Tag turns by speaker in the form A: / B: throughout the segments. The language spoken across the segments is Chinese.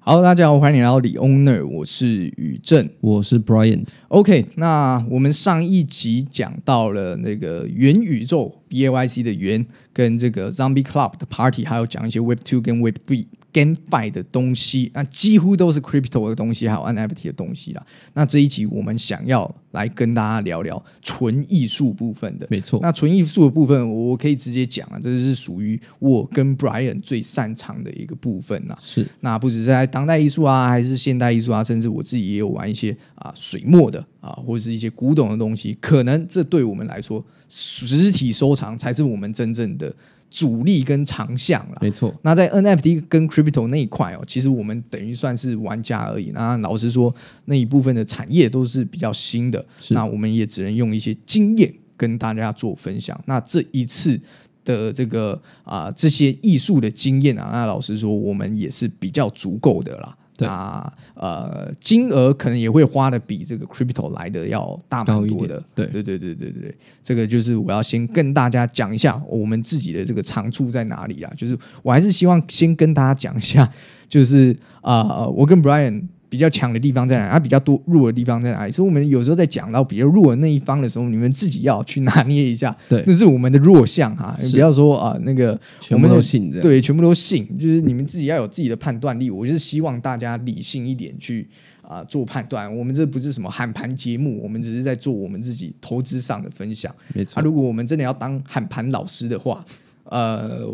A: 好，大家好，欢迎来到李 Owner，我是宇正。
B: 我是 Brian，
A: OK，那我们上一集讲到了那个元宇宙 B A Y C 的元，跟这个 Zombie Club 的 Party，还有讲一些 Web Two 跟 Web Three。GameFi 的东西，那几乎都是 Crypto 的东西，还有 NFT 的东西啦。那这一集我们想要来跟大家聊聊纯艺术部分的，
B: 没错，
A: 那纯艺术的部分，我可以直接讲啊，这是属于我跟 Brian 最擅长的一个部分啦。
B: 是
A: 那不只是在当代艺术啊，还是现代艺术啊，甚至我自己也有玩一些啊水墨的啊，或者是一些古董的东西。可能这对我们来说，实体收藏才是我们真正的主力跟长项啦。
B: 没错，
A: 那在 NFT 跟 Crypto 那一块哦，其实我们等于算是玩家而已。那老实说，那一部分的产业都是比较新的，
B: 是
A: 那我们也只能用一些经验跟大家做分享。那这一次的这个啊、这些艺术的经验啊，那老实说，我们也是比较足够的啦。
B: 对
A: 那呃，金额可能也会花的比这个 crypto 来的要大蛮
B: 高一
A: 多
B: 点
A: 的，
B: 对
A: 对对对对对，这个就是我要先跟大家讲一下我们自己的这个长处在哪里啊。就是我还是希望先跟大家讲一下， 就是啊、呃我跟 Brian 比较强的地方在哪，他、啊比较多弱的地方在哪里。所以我们有时候在讲到比较弱的那一方的时候，你们自己要去拿捏一下，
B: 对
A: 那是我们的弱项哈、你
B: 是
A: 不要说啊、那个我
B: 全部
A: 们
B: 都
A: 的
B: 信这样，
A: 对，全部都信，就是你们自己要有自己的判断力。我就是希望大家理性一点去啊、做判断。我们这不是什么喊盘节目，我们只是在做我们自己投资上的分享。
B: 没
A: 啊，
B: 错，
A: 如果我们真的要当喊盘老师的话，呃，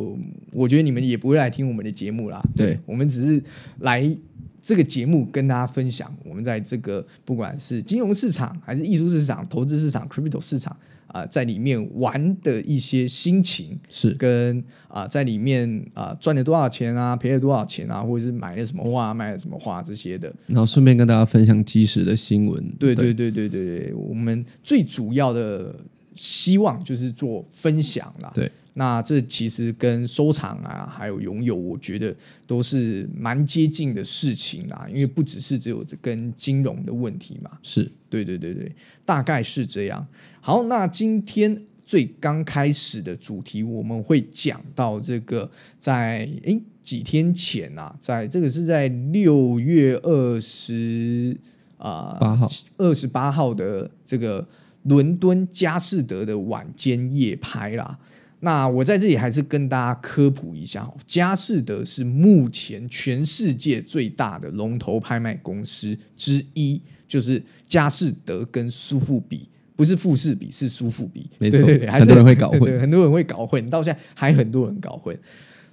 A: 我觉得你们也不会来听我们的节目啦。
B: 对
A: 我们只是来这个节目跟大家分享，我们在这个不管是金融市场还是艺术市场、投资市场、crypto 市场啊、在里面玩的一些心情。
B: 是
A: 跟啊、在里面啊赚、了多少钱啊，赔了多少钱啊，或者是买了什么画，卖了什么画这些的。
B: 然后顺便跟大家分享及时的新闻，
A: 对对对对对对，我们最主要的希望就是做分享啦。
B: 对，
A: 那这其实跟收藏啊，还有拥有，我觉得都是蛮接近的事情啦。因为不只是只有这跟金融的问题嘛，
B: 是
A: 对对对对，大概是这样。好，那今天最刚开始的主题，我们会讲到这个在，诶几天前啊，在这个是在六月二十啊
B: 八号
A: 二十八号的这个伦敦佳士得的晚间夜拍啦。那我在这里还是跟大家科普一下哦，佳士得是目前全世界最大的龙头拍卖公司之一，就是佳士得跟苏富比，不是富士比，是苏富比。
B: 没错
A: 对对对，还是
B: 很多人会搞混
A: 对对很多人会搞混，到现在还很多人搞混。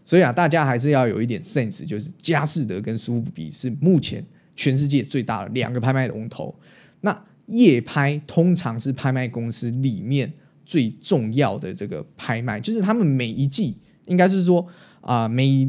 A: 所以啊，大家还是要有一点 sense，就是佳士得跟苏富比是目前全世界最大的两个拍卖龙头。那夜拍通常是拍卖公司里面最重要的这个拍卖，就是他们每一季应该是说啊、每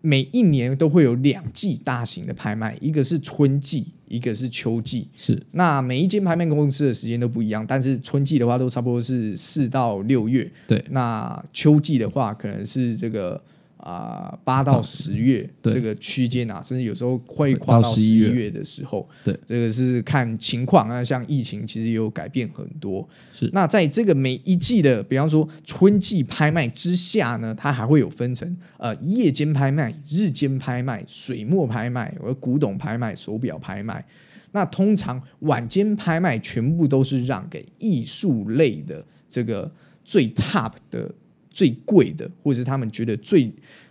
A: 每一年都会有两季大型的拍卖，一个是春季，一个是秋季。
B: 是
A: 那每一间拍卖公司的时间都不一样，但是春季的话都差不多是四到六月，
B: 对
A: 那秋季的话可能是这个。啊，八、到十月
B: 对
A: 这个区间啊，甚至有时候会跨
B: 到
A: 到十
B: 11
A: 一
B: 月
A: 月的时候，
B: 对，
A: 这个是看情况啊。像疫情其实也有改变很多，
B: 是
A: 那在这个每一季的，比方说春季拍卖之下呢，它还会有分成呃夜间拍卖、日间拍卖、水墨拍卖、呃古董拍卖、手表拍卖。那通常晚间拍卖全部都是让给艺术类的这个最 top 的、最贵的，或者是他们觉得最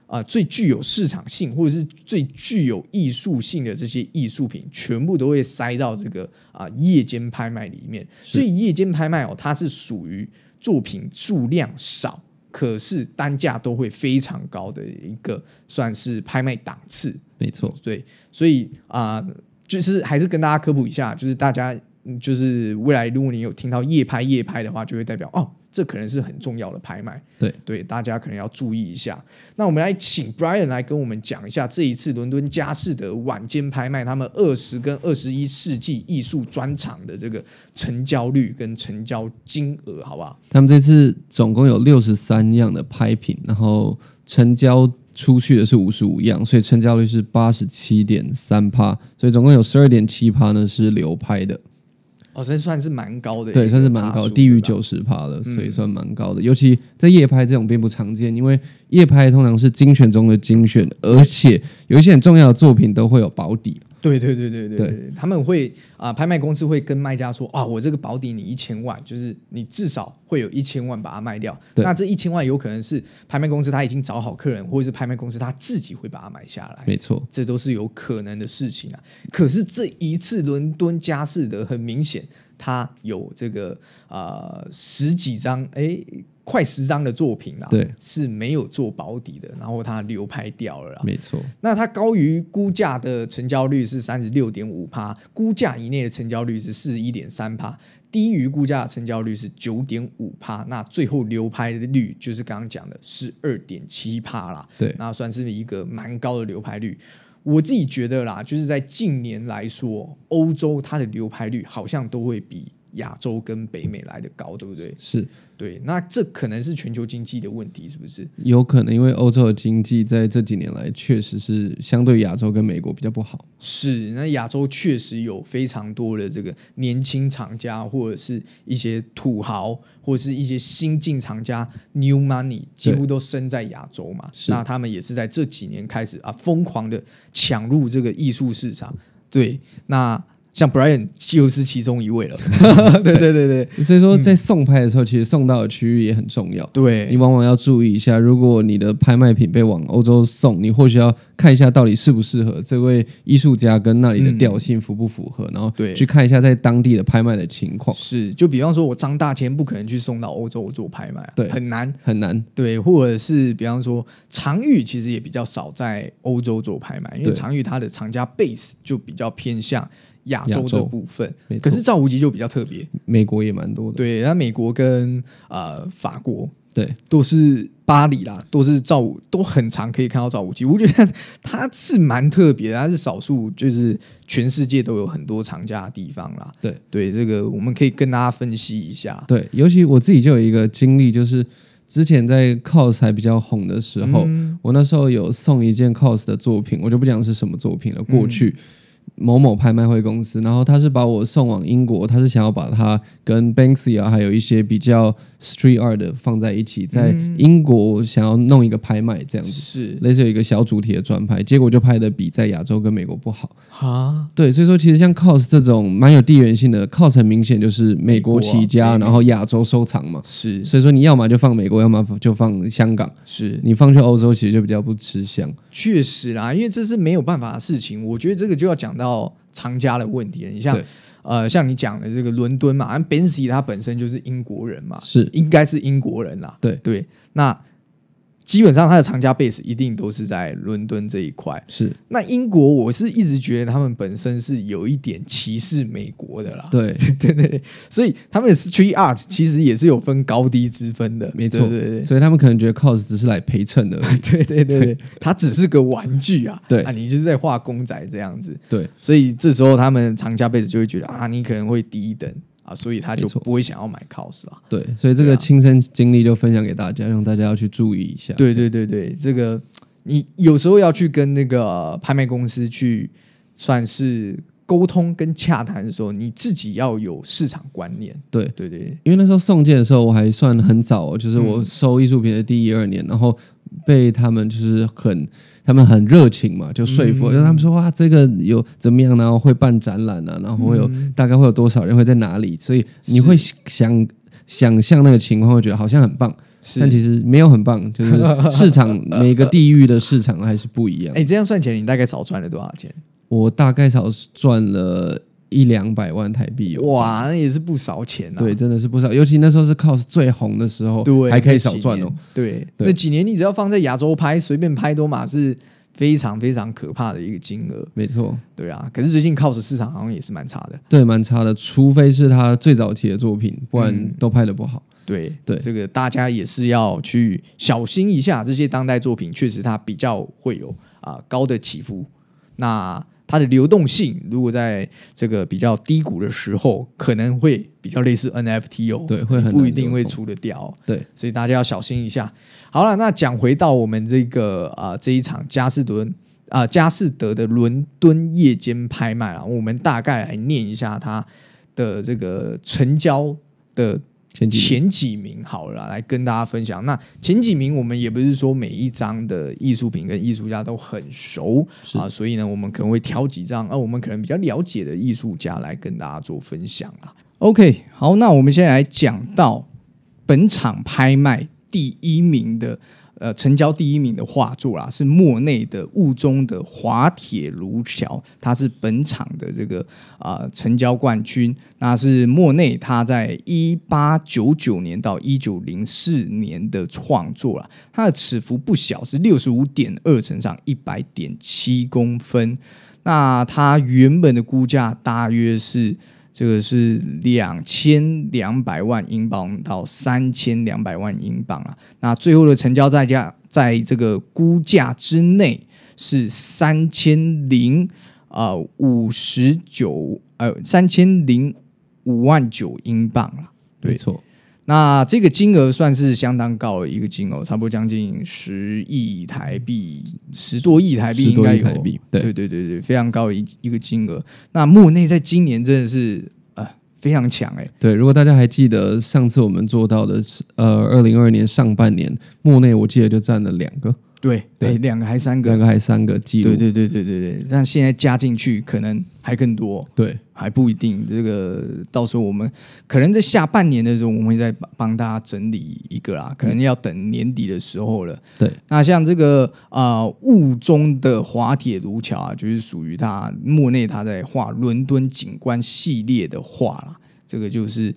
A: 啊、最具有市场性，或者是最具有艺术性的这些艺术品，全部都会塞到这个啊、夜间拍卖里面。所以夜间拍卖哦，它是属于作品数量少，可是单价都会非常高的一个算是拍卖档次。
B: 没错，
A: 对，所以啊、就是还是跟大家科普一下，就是大家嗯就是未来如果你有听到夜拍夜拍的话，就会代表哦，这可能是很重要的拍卖。
B: 对
A: 对，大家可能要注意一下。那我们来请 Brian 来跟我们讲一下这一次伦敦佳士得晚间拍卖他们二十跟二十一世纪艺术专场的这个成交率跟成交金额，好不好？
B: 他们这次总共有六十三样的拍品，然后成交出去的是五十五样，所以成交率是八十七点三趴，所以总共有十二点七趴呢是流拍的，
A: 哦，这算是蛮高的一个
B: 对，
A: 趴数，
B: 算是蛮高，低于
A: 对吧
B: 九十趴了，所以算蛮高的。尤其在夜拍这种并不常见，因为夜拍通常是精选中的精选，而且有一些很重要的作品都会有保底。
A: 对对对对对
B: 对
A: 对，他们会啊、拍卖公司会跟卖家说啊，我这个保底你一千万，就是你至少会有一千万把它卖掉。
B: 对
A: 那这一千万有可能是拍卖公司他已经找好客人，或者是拍卖公司他自己会把它买下来，
B: 没错，
A: 这都是有可能的事情啊。可是这一次伦敦佳士得很明显，他有这个啊、十几张，哎，快十张的作品啦，
B: 对，
A: 是没有做保底的，然后他流拍掉了啦。
B: 没错，
A: 那它高于估价的成交率是三十六点五趴，估价以内的成交率是四十一点三趴，低于估价的成交率是九点五趴。那最后流拍的率就是刚刚讲的十二点七趴啦，
B: 对，
A: 那算是一个蛮高的流拍率。我自己觉得啦，就是在近年来说，欧洲它的流拍率好像都会比亚洲跟北美来的高，对不对？
B: 是
A: 对，那这可能是全球经济的问题，是不是？
B: 有可能，因为欧洲的经济在这几年来确实是相对亚洲跟美国比较不好。
A: 是，那亚洲确实有非常多的这个年轻厂家，或者是一些土豪，或者是一些新进厂家，new money，几乎都生在亚洲嘛。
B: 是
A: 那他们也是在这几年开始啊，疯狂的抢入这个艺术市场。对，那像 Brian 就是其中一 位了。对对对对
B: 所以说，在送拍的时候，其实送到的区域也很重要。你
A: 对，
B: 往往要注意一下，如果你的拍卖品被往欧洲送，你或许要看一下到底适不适合这位艺术家跟那里的调性符不符合，然后
A: 对
B: 去看一下在当地的拍卖的情况，
A: 是，就比方说，我张大千不可能去送到欧洲做拍卖啊，
B: 对
A: 很难。
B: 很难。
A: 对，或者是比方说长玉，其实也比较少在欧洲做拍卖，因为
B: 对
A: 长玉它的厂家 base 就比较偏向亚洲
B: 亚
A: 的
B: 洲
A: 部分
B: 没。错
A: 可是赵无极就比较特别，
B: 美国也蛮多的，
A: 对，那美国跟呃法国
B: 对
A: 都是巴黎啦，都是赵武，都很常可以看到赵无极。我觉得他是蛮特别的，他是少数就是全世界都有很多厂家的地方啦。
B: 对
A: 对，这个我们可以跟大家分析一下。
B: 对，尤其我自己就有一个经历，就是之前在 cos 还比较红的时候，我那时候有送一件 cos 的作品，我就不讲是什么作品了，过去。某某拍卖会公司，然后他是把我送往英国，他是想要把它跟 Banksy 啊，还有一些比较 street art 的放在一起，在英国想要弄一个拍卖这样子，
A: 是
B: 类似有一个小主题的专拍，结果就拍的比在亚洲跟美国不好。
A: 啊，
B: 对，所以说其实像 cos 这种蛮有地缘性的，cos 很明显就是美国起家，
A: 美国
B: 然后亚洲收藏嘛。
A: 是
B: 所以说你要么就放美国，要么就放香港。
A: 是，
B: 你放去欧洲其实就比较不吃香。
A: 确实啦，因为这是没有办法的事情。我觉得这个就要讲到藏家的问题了。你像
B: 对
A: 呃，像你讲的这个伦敦嘛，Bensi 他本身就是英国人嘛，
B: 是
A: 应该是英国人啦。
B: 对
A: 对，那基本上他的藏家 base 一定都是在伦敦这一块。
B: 是，
A: 那英国，我是一直觉得他们本身是有一点歧视美国的啦。
B: 对，
A: 对对对，所以他们的 street art 其实也是有分高低之分的。
B: 没错
A: 对对对。
B: 所以他们可能觉得 cos 只是来陪衬的 而已。
A: 对对对对，它只是个玩具啊，
B: 对
A: 啊，你就是在画公仔这样子，
B: 对，
A: 所以这时候他们厂家辈子就会觉得啊，你可能会低一等啊，所以他就
B: 没错
A: 不会想要买 cos 啊。
B: 对，所以这
A: 对啊
B: 个亲身经历就分享给大家，让大家要去注意一下。
A: 对对对对，这个你有时候要去跟那个呃拍卖公司去算是沟通跟洽谈的时候，你自己要有市场观念。
B: 对，
A: 对对
B: 因为那时候送件的时候我还算很早、哦，就是
A: 嗯
B: 我收艺术品的第一二年，然后被他们就是很他们很热情嘛，就说
A: 嗯
B: 服我，让、他们说哇这个有怎么样，然后会办展览啊，然后会有、
A: 嗯
B: 大概会有多少人会在哪里，所以你会想想象那个情况，会觉得好像很棒，
A: 是
B: 但。其实没有很棒，就是市场每个地域的市场还是不一样。
A: 哎，这样算起来，你大概少赚了多少钱？
B: 我大概少赚了一两百万台币有吧。
A: 哇，那也是不少钱啊！
B: 对，真的是不少，尤其那时候是 cos 最红的时候，
A: 对，
B: 还可以
A: 那
B: 少
A: 几
B: 赚哦
A: 年。。对，
B: 对
A: 那几年你只要放在亚洲拍，随便拍都嘛是非常非常可怕的一个金额。
B: 没错，
A: 对啊，可是最近 cos 市场好像也是蛮差的。
B: 对，蛮差的，除非是他最早期的作品，不然
A: 嗯
B: 都拍的不好。
A: 对
B: 对
A: 这个大家也是要去小心一下，这些当代作品确实它比较会有啊、高的起伏，那它的流动性如果在这个比较低谷的时候，可能会比较类似 NFT 哦，
B: 对会很
A: 你
B: 难
A: 不一定会
B: 流动
A: 出得掉哦、
B: 对，
A: 所以大家要小心一下。好了，那讲回到我们这个啊、这一场佳士得啊、佳士得的伦敦夜间拍卖啊，我们大概来念一下它的这个成交的
B: 前几
A: 前几名好了啦来跟大家分享。那前几名我们也不是说每一张的艺术品跟艺术家都很熟
B: 是
A: 啊，所以呢，我们可能会挑几张呃我们可能比较了解的艺术家来跟大家做分享啦。OK，好，那我们先来讲到本场拍卖第一名的。呃，成交第一名的画作啦，是莫内的《雾中的滑铁卢桥》，它是本场的这个啊、成交冠军。那是莫内他在一八九九年到一九零四年的创作啦，它的尺幅不小，是六十五点二乘上一百点七公分。那它原本的估价大约是。这个是两千两百万英镑到三千两百万英镑啊，那最后的成交在价在这个估价之内是三千零呃五十九呃三千零五万九英镑了。对
B: 没错，
A: 那这个金额算是相当高的一个金额，差不多将近十亿台币，十多亿台币
B: 十
A: 应
B: 多
A: 该
B: 亿
A: 有。
B: 台币，对，
A: 对对对对非常高的一一个金额。那莫内在今年真的是呃非常强哎、
B: 对，如果大家还记得上次我们做到的是，呃，二零二二年上半年莫内，我记得就占了两个，
A: 对
B: 对
A: 诶两个还三
B: 两
A: 个，
B: 个还三个记录
A: 对，对对对对对。但现在加进去可能还更多，
B: 对
A: 还不一定。这个到时候我们可能在下半年的时候，我们会再帮帮大家整理一个啦，可能要等年底的时候了。
B: 对
A: 那像这个啊，雾、中的滑铁卢桥啊，就是属于他莫内他在画伦敦景观系列的画啦。这个就是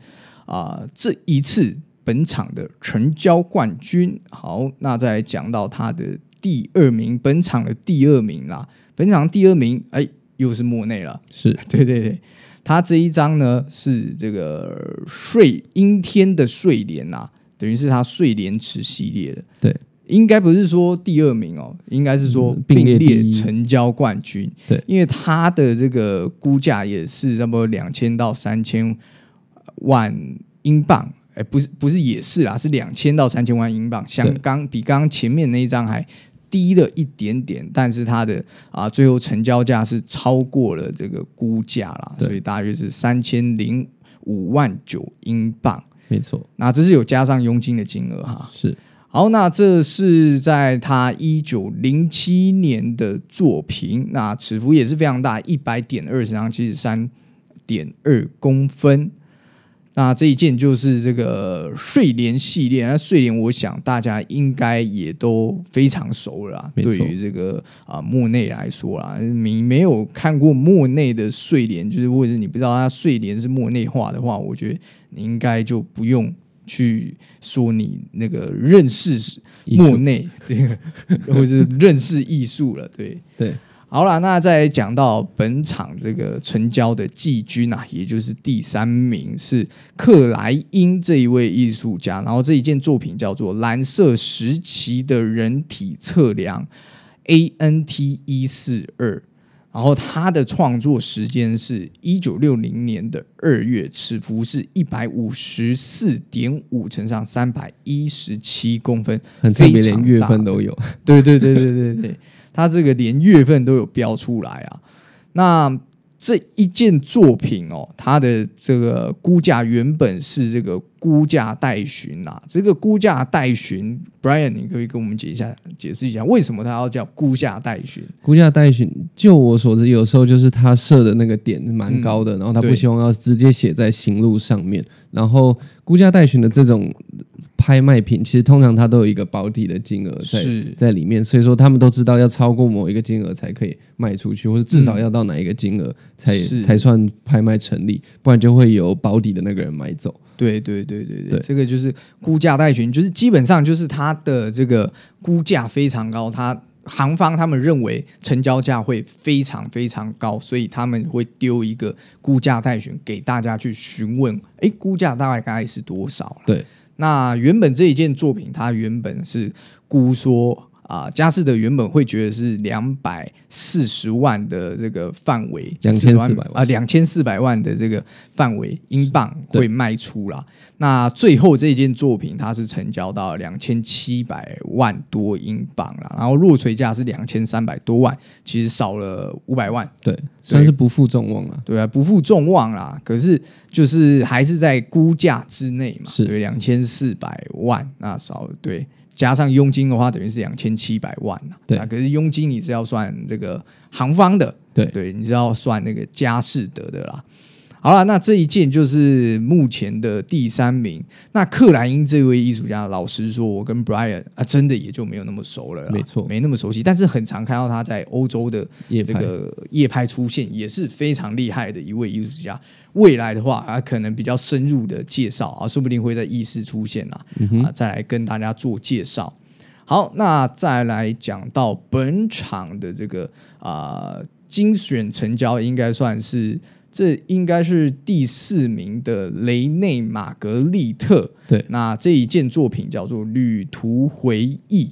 A: 啊、这一次本场的成交冠军。好，那再来讲到他的第二名，本场的第二名啦，本场第二名，哎，又是莫内了。
B: 是，
A: 对对对，他这一张呢是这个睡阴天的睡莲呐、等于是他睡莲池系列的。
B: 对，
A: 应该不是说第二名哦，应该是说
B: 嗯并
A: 并
B: 列第
A: 列
B: 一
A: 成交冠军。
B: 对
A: 因为他的这个估价也是差不多两千到三千万英镑。哎，不是不是也是啦，是两千到三千万英镑，相
B: 对
A: 刚比刚刚前面那一张还低了一点点，但是它的啊最后成交价是超过了这个估价啦，
B: 对
A: 所以大约是三千零五万九英镑。
B: 没错，
A: 那这是有加上佣金的金额哈。
B: 是
A: 好，那这是在他一九零七年的作品，那尺幅也是非常大，一百点二乘上七十三点二公分。那这一件就是这个睡莲系列，那睡莲我想大家应该也都非常熟了啦。
B: 没错
A: 对于这个啊、莫内来说啦，你没有看过莫内的睡莲，就是或者你不知道他睡莲是莫内画的话，我觉得你应该就不用去说你那个认识
B: 艺术
A: 莫内，对，或者是认识艺术了，对。
B: 对，
A: 好啦，那再来讲到本场这个成交的季军啊，也就是第三名是克莱因这一位艺术家，然后这一件作品叫做《蓝色时期的人体测量》A N T 一四二。然后他的创作时间是一九六零年的二月，尺幅是一百五十四点五乘上三百一十七公分，
B: 很特别，
A: 非常
B: 连月
A: 大
B: 份都有，
A: 对对对对对对，他这个连月份都有标出来啊。那这一件作品哦，它的这个估价原本是这个估价代询啊，这个估价代询，Brian，你可不可以跟我们解一下解释一下，为什么它要叫估价代询？
B: 估价代询，就我所知，有时候就是他设的那个点蛮高的，然后他不
A: 嗯对
B: 希望要直接写在行路上面。然后估价代询的这种拍卖品，其实通常它都有一个保底的金额在
A: 是
B: 在里面，所以说他们都知道要超过某一个金额才可以卖出去，或者至少要到哪一个金额才、
A: 嗯是
B: 才算拍卖成立，不然就会由保底的那个人买走。
A: 对对对对对，
B: 对
A: 这个就是估价代询，就是基本上就是它的这个估价非常高，它行方他们认为成交价会非常非常高，所以他们会丢一个估价代询给大家去询问，哎，估价大概是多少啦
B: 对，
A: 那原本这一件作品，它原本是估说啊、佳士得原本会觉得是两百四十万的这个范围，
B: 2400万
A: 啊，两千四百万的这个范围英镑
B: 对
A: 会卖出啦。那最后这件作品它是成交到两千七百万多英镑啦，然后落锤价是两千三百多万，其实少了五百万。
B: 对，算是不负众望了。
A: 对啊，不负众望啦。可是就是还是在估价之内嘛，
B: 是
A: 对，两千四百万那少对，加上佣金的话，等于是两千七百万呐。
B: 对
A: 啊，可是佣金你是要算这个行方的，
B: 对
A: 对，你是要算那个佳士得的啦。好了，那这一件就是目前的第三名。那克莱因这位艺术家，老实说，我跟 Brian 啊，真的也就没有那么熟了啦，
B: 没错
A: 没那么熟悉，但是很常看到他在欧洲的
B: 夜
A: 这
B: 拍
A: 个夜拍出现，也是非常厉害的一位艺术家。未来的话啊，可能比较深入的介绍啊，说不定会在意识出现啊，啊，再来跟大家做介绍。好，那再来讲到本场的这个啊、精选成交，应该算是这应该是第四名的雷内玛格丽特。
B: 对
A: 那这一件作品叫做《旅途回忆》。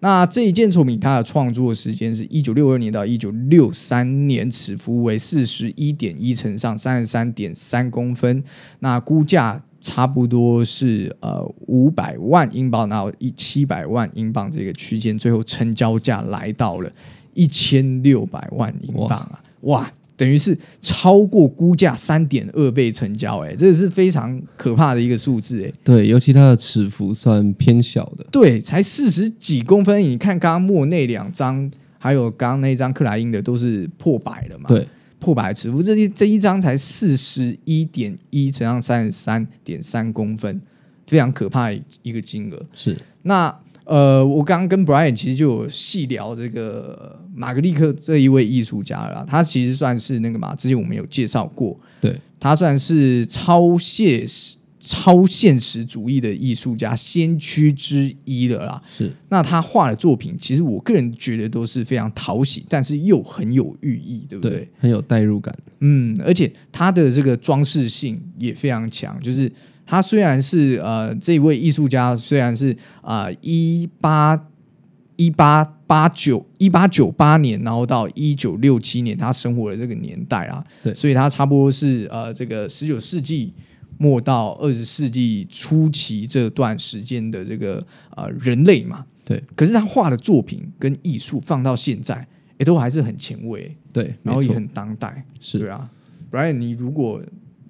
A: 那这一件作品，它的创作时间是一九六二年到一九六三年，尺幅为四十一点一乘上三十三点三公分，那估价差不多是呃五百万英镑到一七百万英镑这个区间，最后成交价来到了一千六百万英镑啊！哇，等于是超过估价三点二倍成交、欸，哎，这是非常可怕的一个数字、欸，哎。
B: 对，尤其它的尺幅算偏小的，
A: 对，才四十几公分。你看刚刚莫内两张，还有刚刚那一张克莱因的都是破百了嘛？，
B: 对，
A: 破百的尺幅，这一这一张才四十一点一乘上三十三点三公分，非常可怕的一个金额。
B: 是
A: 那呃，我刚刚跟 Brian 其实就有细聊这个马格利克这一位艺术家了啦，他其实算是那个嘛，之前我们有介绍过，
B: 对，
A: 他算是超现实、超现实主义的艺术家先驱之一了啦。
B: 是
A: 那他画的作品，其实我个人觉得都是非常讨喜，但是又很有寓意，对不对？
B: 对，很有代入感。
A: 嗯，而且他的这个装饰性也非常强，就是他虽然是呃这位艺术家，虽然是啊一八一八八九一八九八年，然后到一九六七年他生活的这个年代啊，
B: 对
A: 所以他差不多是呃这个十九世纪。末到二十世纪初期这段时间的这个呃人类嘛，
B: 对
A: 可是他画的作品跟艺术放到现在，也都还是很前卫，
B: 对，
A: 然后
B: 没
A: 也
B: 错
A: 很当代，
B: 是
A: 对啊。Brian，你如果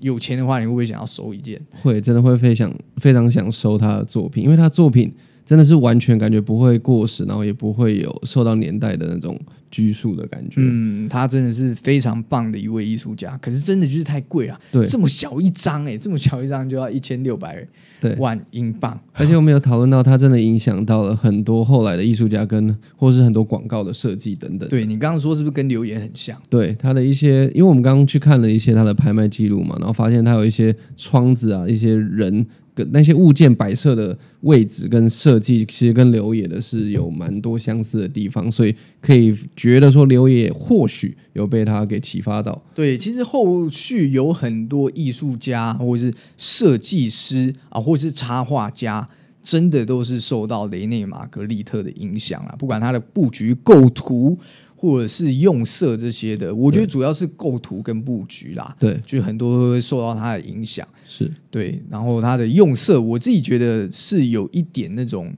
A: 有钱的话，你会不会想要收一件？
B: 会真的会非常非常想收他的作品，因为他作品真的是完全感觉不会过时，然后也不会有受到年代的那种拘束的感觉。
A: 嗯，他真的是非常棒的一位艺术家，可是真的就是太贵了，
B: 对
A: 这么小一张哎、这么小一张就要一千六百
B: 对，
A: 万英镑，
B: 而且我们有讨论到，他真的影响到了很多后来的艺术家跟或是很多广告的设计等等。
A: 对你刚刚说是不是跟留言很像？
B: 对他的一些，因为我们刚刚去看了一些他的拍卖记录嘛，然后发现他有一些窗子啊，一些人跟那些物件摆设的位置跟设计，其实跟刘野的是有蛮多相似的地方，所以可以觉得说刘野或许有被他给启发到。
A: 对，其实后续有很多艺术家或者是设计师啊，或是插画家，真的都是受到雷内马格利特的影响啊啦。不管他的布局、构图，或者是用色这些的，我觉得主要是构图跟布局啦，
B: 对，
A: 就很多都会受到他的影响。
B: 是
A: 对，然后他的用色，我自己觉得是有一点那种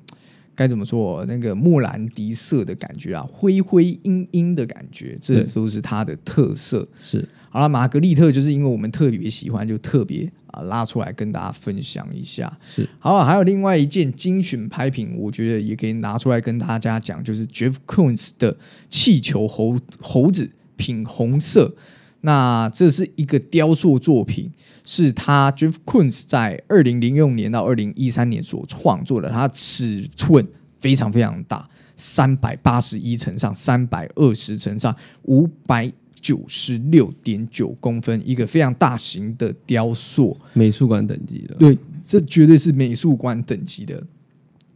A: 该怎么说，那个莫兰迪色的感觉啊，灰灰阴阴的感觉，这
B: 对
A: 都是他的特色。
B: 是，
A: 好了，玛格丽特就是因为我们特别喜欢，就特别啊拉出来跟大家分享一下。
B: 是，
A: 好啊，还有另外一件精选拍品，我觉得也可以拿出来跟大家讲，就是 Jeff Koons 的气球猴猴子品红色。那这是一个雕塑作品，是他 Jeff Koons 在二零零六年到二零一三年所创作的，它尺寸非常非常大，三百八十一乘上三百二十乘上五百九十六点九公分，一个非常大型的雕塑。
B: 美术馆等级的。
A: 对，这绝对是美术馆等级的。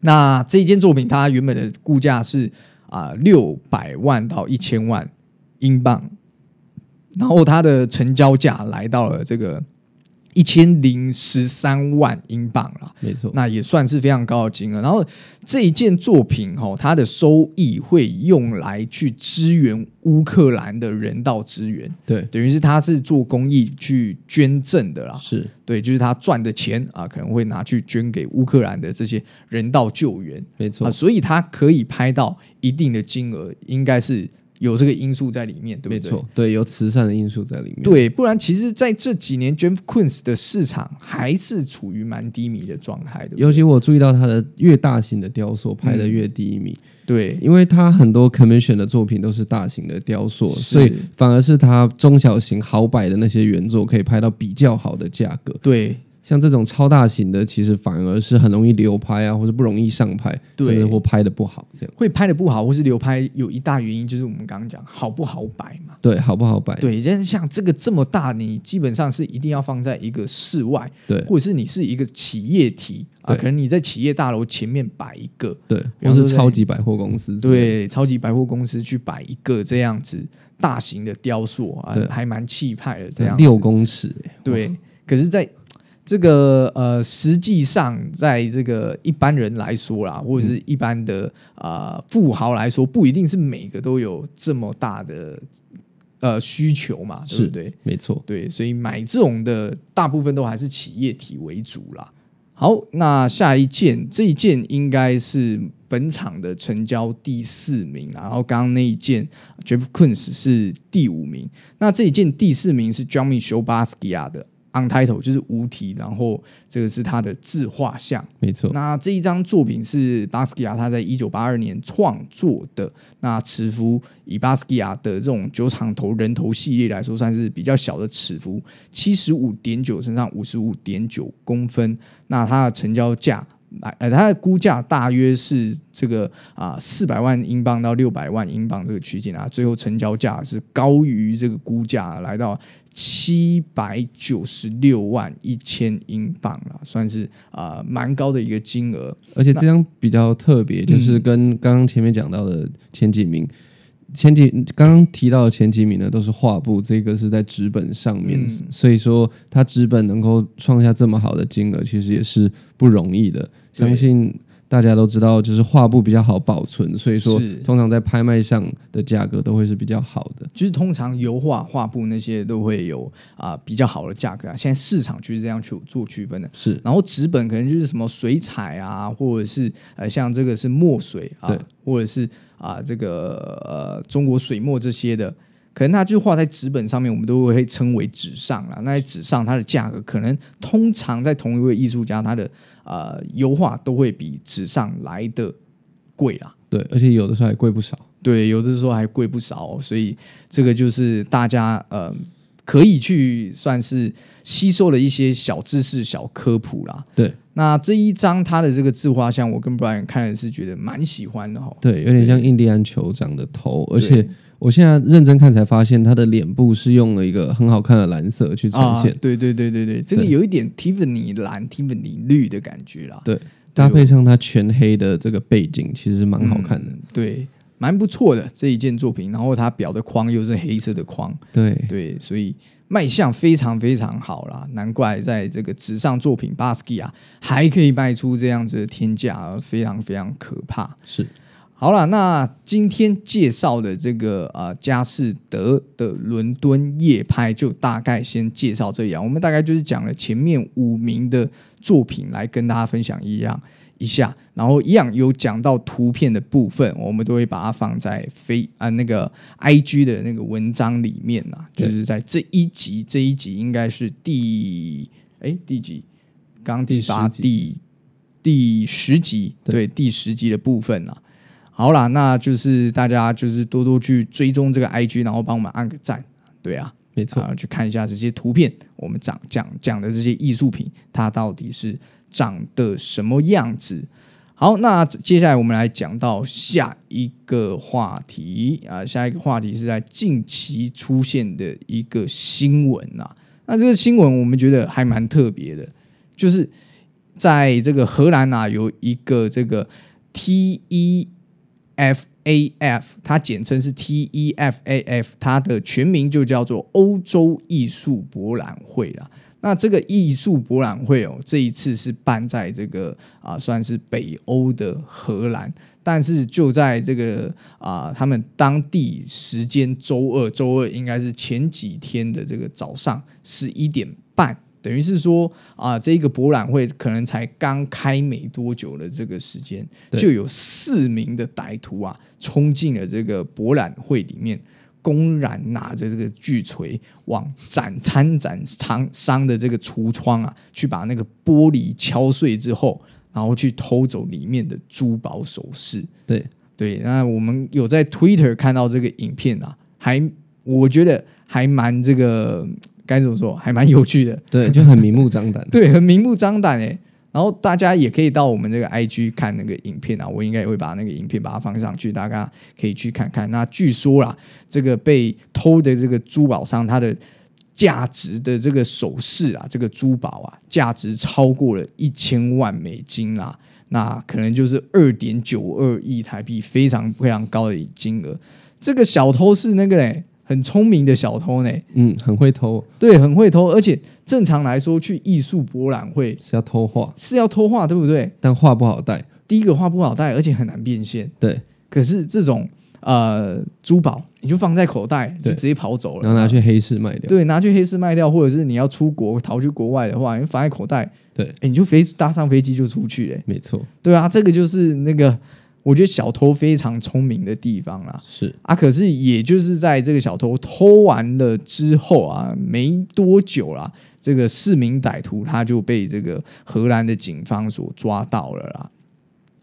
A: 那这一件作品，它原本的估价是啊六百万到一千万英镑，然后它的成交价来到了这个一千零十三万英镑啦，
B: 没错，
A: 那也算是非常高的金额。然后这一件作品哦，它的收益会用来去支援乌克兰的人道支援，
B: 对，
A: 等于是他是做公益去捐赠的啦。
B: 是
A: 对，就是他赚的钱啊，可能会拿去捐给乌克兰的这些人道救援
B: 没
A: 啊，
B: 错，
A: 所以他可以拍到一定的金额，应该是有这个因素在里面，对
B: 没
A: 不对？
B: 错，对，有慈善的因素在里面。，
A: 对，不然其实在这几年 Jeff Koons 的市场还是处于蛮低迷的状态的。
B: 尤其我注意到他的越大型的雕塑拍
A: 嗯
B: 的越低迷，
A: 对，
B: 因为他很多 commission 的作品都是大型的雕塑，
A: 是
B: 所以反而是他中小型好摆的那些原作可以拍到比较好的价格。
A: 对，
B: 像这种超大型的，其实反而是很容易流拍啊，或者不容易上拍，
A: 对
B: 甚至或拍的不好这样。
A: 会拍的不好或是流拍，有一大原因就是我们刚刚讲好不好摆嘛。
B: 对，好不好摆？
A: 对，但是像这个这么大，你基本上是一定要放在一个室外，
B: 对
A: 或者是你是一个企业体啊，
B: 对
A: 可能你在企业大楼前面摆一个，
B: 对，
A: 比
B: 或
A: 方说
B: 是
A: 在
B: 超级百货公司之类的。
A: 对，超级百货公司去摆一个这样子大型的雕塑啊
B: 对，
A: 还蛮气派的这
B: 这
A: 样
B: 样
A: 子。
B: 六公尺、欸
A: 对，可是在这个呃，实际上在这个一般人来说啦，或者是一般的啊、呃富豪来说，不一定是每个都有这么大的呃需求嘛，对
B: 是
A: 不对？
B: 没错，
A: 对，所以买这种的大部分都还是企业体为主啦。好，那下一件，这一件应该是本场的成交第四名，然后刚刚那一件 Jeff Koons 是第五名，那这一件第四名是 Johnny s h o b a s k i a 的 Untitled，就是无题，然后这个是他的自画像。
B: 没错，
A: 那这一张作品是巴斯基亚他在一九八二年创作的。那尺幅以巴斯基亚的这种九场头人头系列来说，算是比较小的尺幅，七十五点九乘上五十五点九公分。那它的成交价。来，呃，它的估价大约是这个啊，四、百万英镑到六百万英镑这个区间啊，最后成交价是高于这个估价，来到七百九十六万一千英镑啦，算是啊蛮、高的一个金额。
B: 而且这张比较特别，就是跟刚刚前面讲到的前几名。前几刚刚提到的前几名呢，都是画布，这个是在纸本上面，
A: 嗯
B: 所以说它纸本能够创下这么好的金额，其实也是不容易的。
A: 对
B: 相信大家都知道，就是画布比较好保存，所以说
A: 是
B: 通常在拍卖上的价格都会是比较好的。
A: 就是通常油画、画布那些都会有啊、比较好的价格啊，现在市场就是这样去做区分的。
B: 是
A: 然后纸本可能就是什么水彩啊，或者是呃像这个是墨水啊
B: 对，
A: 或者是啊、这个呃中国水墨这些的，可能它就画在纸本上面，我们都会称为纸上啦。那在纸上它的价格可能通常在同一位艺术家他的呃油画都会比纸上来的贵啦。
B: 对，而且有的时候还贵不少。
A: 对，有的时候还贵不少哦、所以这个就是大家呃可以去算是吸收了一些小知识、小科普啦。
B: 对
A: 那这一张他的这个自画像，我跟 Brian 看了是觉得蛮喜欢的哈、哦。
B: 对，有点像印第安酋长的头，而且我现在认真看才发现，他的脸部是用了一个很好看的蓝色去呈
A: 啊
B: 现，，
A: 对对对对对，这个有一点 Tiffany 蓝、Tiffany 绿的感觉啦。
B: 对，搭配上他全黑的这个背景，其实是蛮好看的。
A: 嗯对，蛮不错的这一件作品。然后它表的框又是黑色的框，
B: 对，
A: 对，所以卖相非常非常好啦，难怪在这个纸上作品 Basky 啊，还可以卖出这样子的天价，非常非常可怕。
B: 是
A: 好了，那今天介绍的这个啊、呃佳士得的伦敦夜拍就大概先介绍这啊样，我们大概就是讲了前面五名的作品来跟大家分享一样一下，然后一样有讲到图片的部分，我们都会把它放在非啊、那个 I G 的那个文章里面啦，
B: 对
A: 就是在这一集这一集应该是第哎第几？刚刚第八
B: 第十集
A: 第第十集，对
B: 对
A: 第十集的部分啦。好啦，那就是大家就是多多去追踪这个 IG，然后帮我们按个赞，对啊，
B: 没错，
A: 啊，去看一下这些图片，我们讲讲讲的这些艺术品，它到底是长得什么样子。好，那接下来我们来讲到下一个话题啊，下一个话题是在近期出现的一个新闻啊。那这个新闻我们觉得还蛮特别的，就是在这个荷兰啊，有一个这个 T E F A F，它简称是 T E F A F，它的全名就叫做欧洲艺术博览会啦。那这个艺术博览会哦，这一次是办在这个啊，算是北欧的荷兰，但是就在这个啊，他们当地时间周二，周二应该是前几天的这个早上十一点半。等于是说啊，这个博览会可能才刚开没多久的这个时间，
B: 对
A: 就有四名的歹徒啊冲进了这个博览会里面，公然拿着这个巨锤往展参展商商的这个橱窗啊，去把那个玻璃敲碎之后，然后去偷走里面的珠宝首饰。
B: 对，
A: 对，那我们有在 Twitter 看到这个影片啊，还我觉得还蛮这个该怎么说，还蛮有趣的。。
B: 对，就很明目张胆
A: 对，很明目张胆哎。然后大家也可以到我们这个 IG 看那个影片啊，我应该也会把那个影片把它放上去，大家可以去看看。那据说啦，这个被偷的这个珠宝商，它的价值的这个首饰啊，这个珠宝啊，价值超过了一千万美金啦，那可能就是二点九二亿台币，非常非常高的金额。这个小偷是那个嘞，很聪明的小偷呢，
B: 嗯，很会偷，
A: 对，很会偷，而且正常来说去艺术博览会
B: 是要偷画，
A: 是要偷画，对不对？
B: 但画不好带。
A: 第一个画不好带，而且很难变现。
B: 对，
A: 可是这种呃珠宝，你就放在口袋，你就
B: 对
A: 直接跑走了，
B: 然后拿去黑市卖掉。
A: 对，拿去黑市卖掉，或者是你要出国逃去国外的话，你放在口袋，
B: 对，
A: 诶你就飞搭上飞机就出去嘞、
B: 没错，
A: 对啊，这个就是那个我觉得小偷非常聪明的地方啦。
B: 是
A: 啊，可是也就是在这个小偷偷完了之后啊，没多久啦，这个市民歹徒他就被这个荷兰的警方所抓到了啦。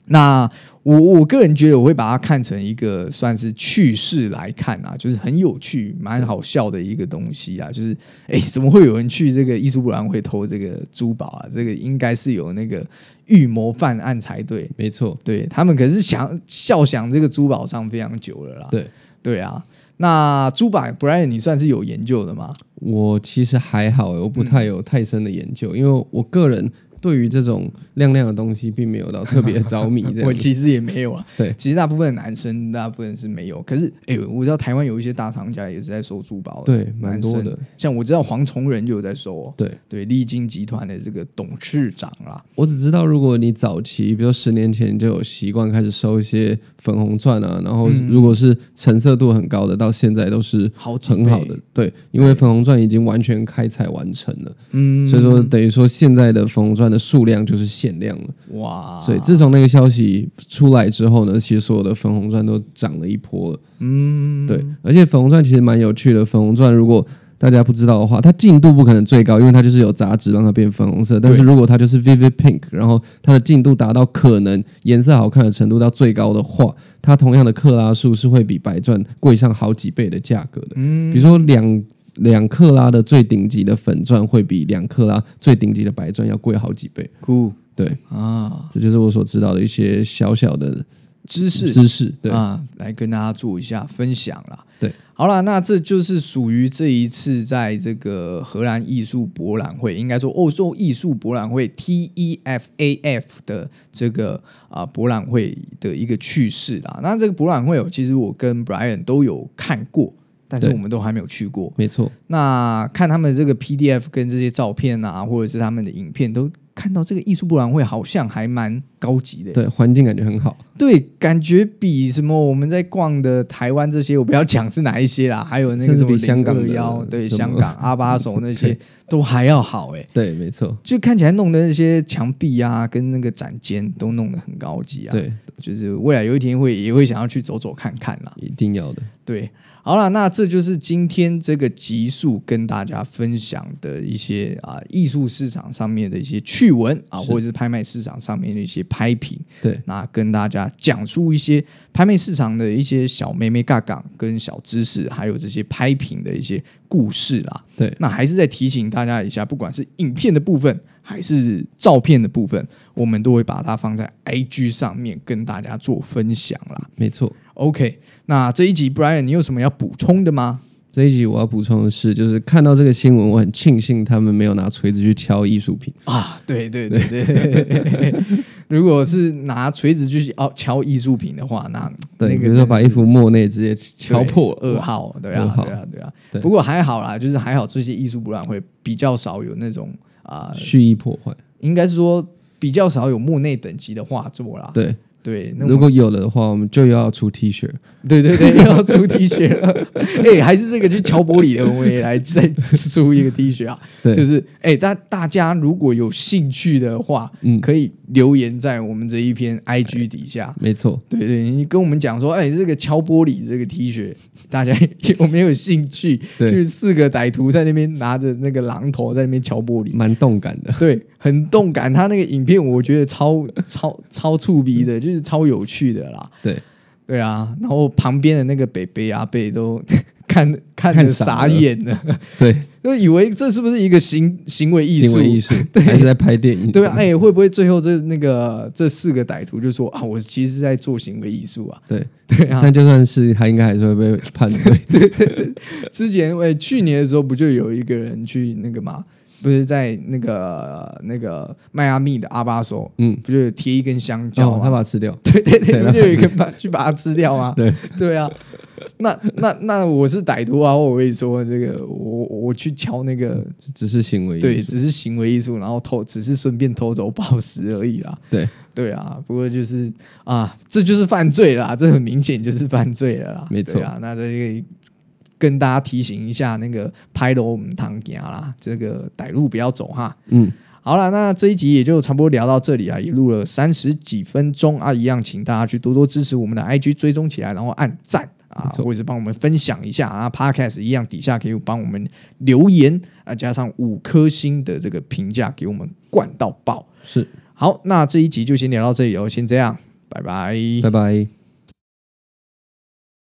A: 那我我个人觉得，我会把它看成一个算是趣事来看啊，就是很有趣、蛮好笑的一个东西啊。就是哎，诶怎么会有人去这个艺术博览会偷这个珠宝啊？这个应该是有那个预谋犯案才对。
B: 没错，
A: 对他们可是想笑想这个珠宝商非常久了啦。
B: 对
A: 对啊，那珠宝 Brian 你算是有研究的吗？
B: 我其实还好欸，我不
A: 嗯
B: 太有太深的研究，因为我个人对于这种亮亮的东西并没有到特别着迷这
A: 我
B: 样子。
A: 其实也没有啊。
B: 对
A: 其实大部分的男生大部分是没有，可是哎、我知道台湾有一些大厂家也是在收珠宝的，
B: 对，蛮多
A: 男生
B: 的。
A: 像我知道黄崇仁就有在收哦，
B: 对
A: 对，丽晶集团的这个董事长啦，
B: 我只知道，如果你早期，比如十年前就有习惯开始收一些粉红钻啊，然后如果是成色度很高的，到现在都是
A: 好几
B: 很
A: 倍
B: 好的，，对，因为粉红钻已经完全开采完成了，
A: 嗯，
B: 所以说等于说现在的粉红钻的数量就是限量了。
A: 哇，
B: 所以自从那个消息出来之后呢，其实所有的粉红钻都涨了一波了。
A: 嗯，
B: 对，而且粉红钻其实蛮有趣的。粉红钻如果大家不知道的话，它进度不可能最高，因为它就是有杂质让它变粉红色。但是
A: 对
B: 如果它就是 vivid pink，然后它的进度达到可能颜色好看的程度到最高的话，它同样的克拉数是会比白钻贵上好几倍的价格的。
A: 嗯
B: 比如说两。两克拉的最顶级的粉钻会比两克拉最顶级的白钻要贵好几倍，
A: 酷
B: 对，
A: 啊，
B: 这就是我所知道的一些小小的
A: 知识
B: 知识。对，
A: 啊，来跟大家做一下分享啦。
B: 对，
A: 好啦，那这就是属于这一次在这个荷兰艺术博览会，应该说欧洲艺术博览会 E TEFAF 的这个啊、博览会的一个趣事啦。那这个博览会哦，其实我跟 Brian 都有看过，但是
B: 对
A: 我们都还没有去过。
B: 没错，
A: 那看他们这个 PDF 跟这些照片啊，或者是他们的影片，都看到这个艺术博览会好像还蛮高级的。
B: 对，环境感觉很好。
A: 对，感觉比什么我们在逛的台湾这些，我不要讲是哪一些啦，还有那个
B: 甚
A: 什
B: 至
A: 么
B: 比香港的
A: 幺，对，
B: 什么
A: 香 港阿巴手那些都还要好哎、
B: 对，没错，
A: 就看起来弄的那些墙壁啊，跟那个展间都弄得很高级啊。，
B: 对，
A: 就是未来有一天会也会想要去走走看看啦。
B: 一定要的。
A: 对，好了，那这就是今天这个集数跟大家分享的一些啊、艺术市场上面的一些趣闻啊，
B: 是
A: 或者是拍卖市场上面的一些拍品。
B: 对，
A: 那跟大家讲述一些拍卖市场的一些小妹妹嘎嘎跟小知识，还有这些拍品的一些故事啦。
B: 对，
A: 那还是再提醒大家一下，不管是影片的部分还是照片的部分，我们都会把它放在 IG 上面跟大家做分享啦。
B: 没错。
A: OK，那这一集 Brian，你有什么要补充的吗？
B: 这一集我要补充的是，就是看到这个新闻，我很庆幸他们没有拿锤子去敲艺术品。
A: 啊，对对对对， 如果是拿锤子去哦敲艺术品的话，那
B: 对，
A: 那
B: 比
A: 个
B: 如说把
A: 真的
B: 一
A: 是
B: 幅莫内直接敲 破
A: 对二，号，对
B: 二
A: 啊，
B: 号
A: 对啊，对啊。
B: 对
A: 不过还好啦，就是还好这些艺术博览会比较少有那种啊、
B: 蓄意破坏。
A: 应该是说比较少有莫内等级的画作啦。
B: 对，
A: 对，那
B: 如
A: 我
B: 果有了的话，我们就要出 T 恤。
A: 对对对，又要出 T 恤了， 哎、还是这个去敲玻璃的，我们也来再出一个 T 恤啊。
B: 对，
A: 就是哎、大大家如果有兴趣的话，
B: 嗯哎
A: 可以留言在我们这一篇 IG 底下。
B: 没错，
A: 对对，你跟我们讲说，哎、这个敲玻璃这个 T 恤，大家 有没有兴趣？
B: 对
A: 就是四个歹徒在那边拿着那个榔头在那边敲玻璃，
B: 蛮动感的。
A: 对，很动感。他那个影片我觉得超超超触鼻
B: 嗯
A: 的，就是超有趣的啦。
B: 对，
A: 对啊，然后旁边的那个北北阿贝都 看看
B: 看
A: 得
B: 傻
A: 傻
B: 了
A: 眼了，
B: 对，
A: 就以为这是不是一个行行为艺
B: 行
A: 术？
B: 为艺术，还是在拍电影。
A: 对啊，哎、会不会最后这那个这四个歹徒就说啊，我其实是在做行为艺术 啊？
B: 对，
A: 对啊，
B: 但就算是他，应该还是会被判罪。
A: 之前哎、去年的时候不就有一个人去那个嘛，不是在那个那个迈阿密的阿巴手，
B: 嗯，
A: 不就有贴一根香蕉
B: 哦，他
A: 吗？
B: 把它吃掉。
A: 对对对，
B: 对
A: 不就有一根把 去把它吃掉吗？
B: 对
A: 对啊，那那那我是歹徒啊，我会说这个我我去敲那个，
B: 只是行为艺术。
A: 对，只是行为艺术，然后偷只是顺便偷走宝石而已啦。
B: 对
A: 对啊，不过就是啊，这就是犯罪啦，这很明显就是犯罪了啦，
B: 没错
A: 对啊。那这个跟大家提醒一下，那个拍楼我们堂家啦，这个歹路不要走哈。
B: 嗯，
A: 好了，那这一集也就差不多聊到这里啊，也录了三十几分钟啊，一样请大家去多多支持我们的 IG 追踪起来，然后按赞啊
B: 没，错
A: 或者是帮我们分享一下啊，Podcast 一样底下可以帮我们留言啊，加上五颗星的这个评价给我们灌到爆。
B: 是，
A: 好，那这一集就先聊到这里哦，先这样，拜拜。
B: 拜拜。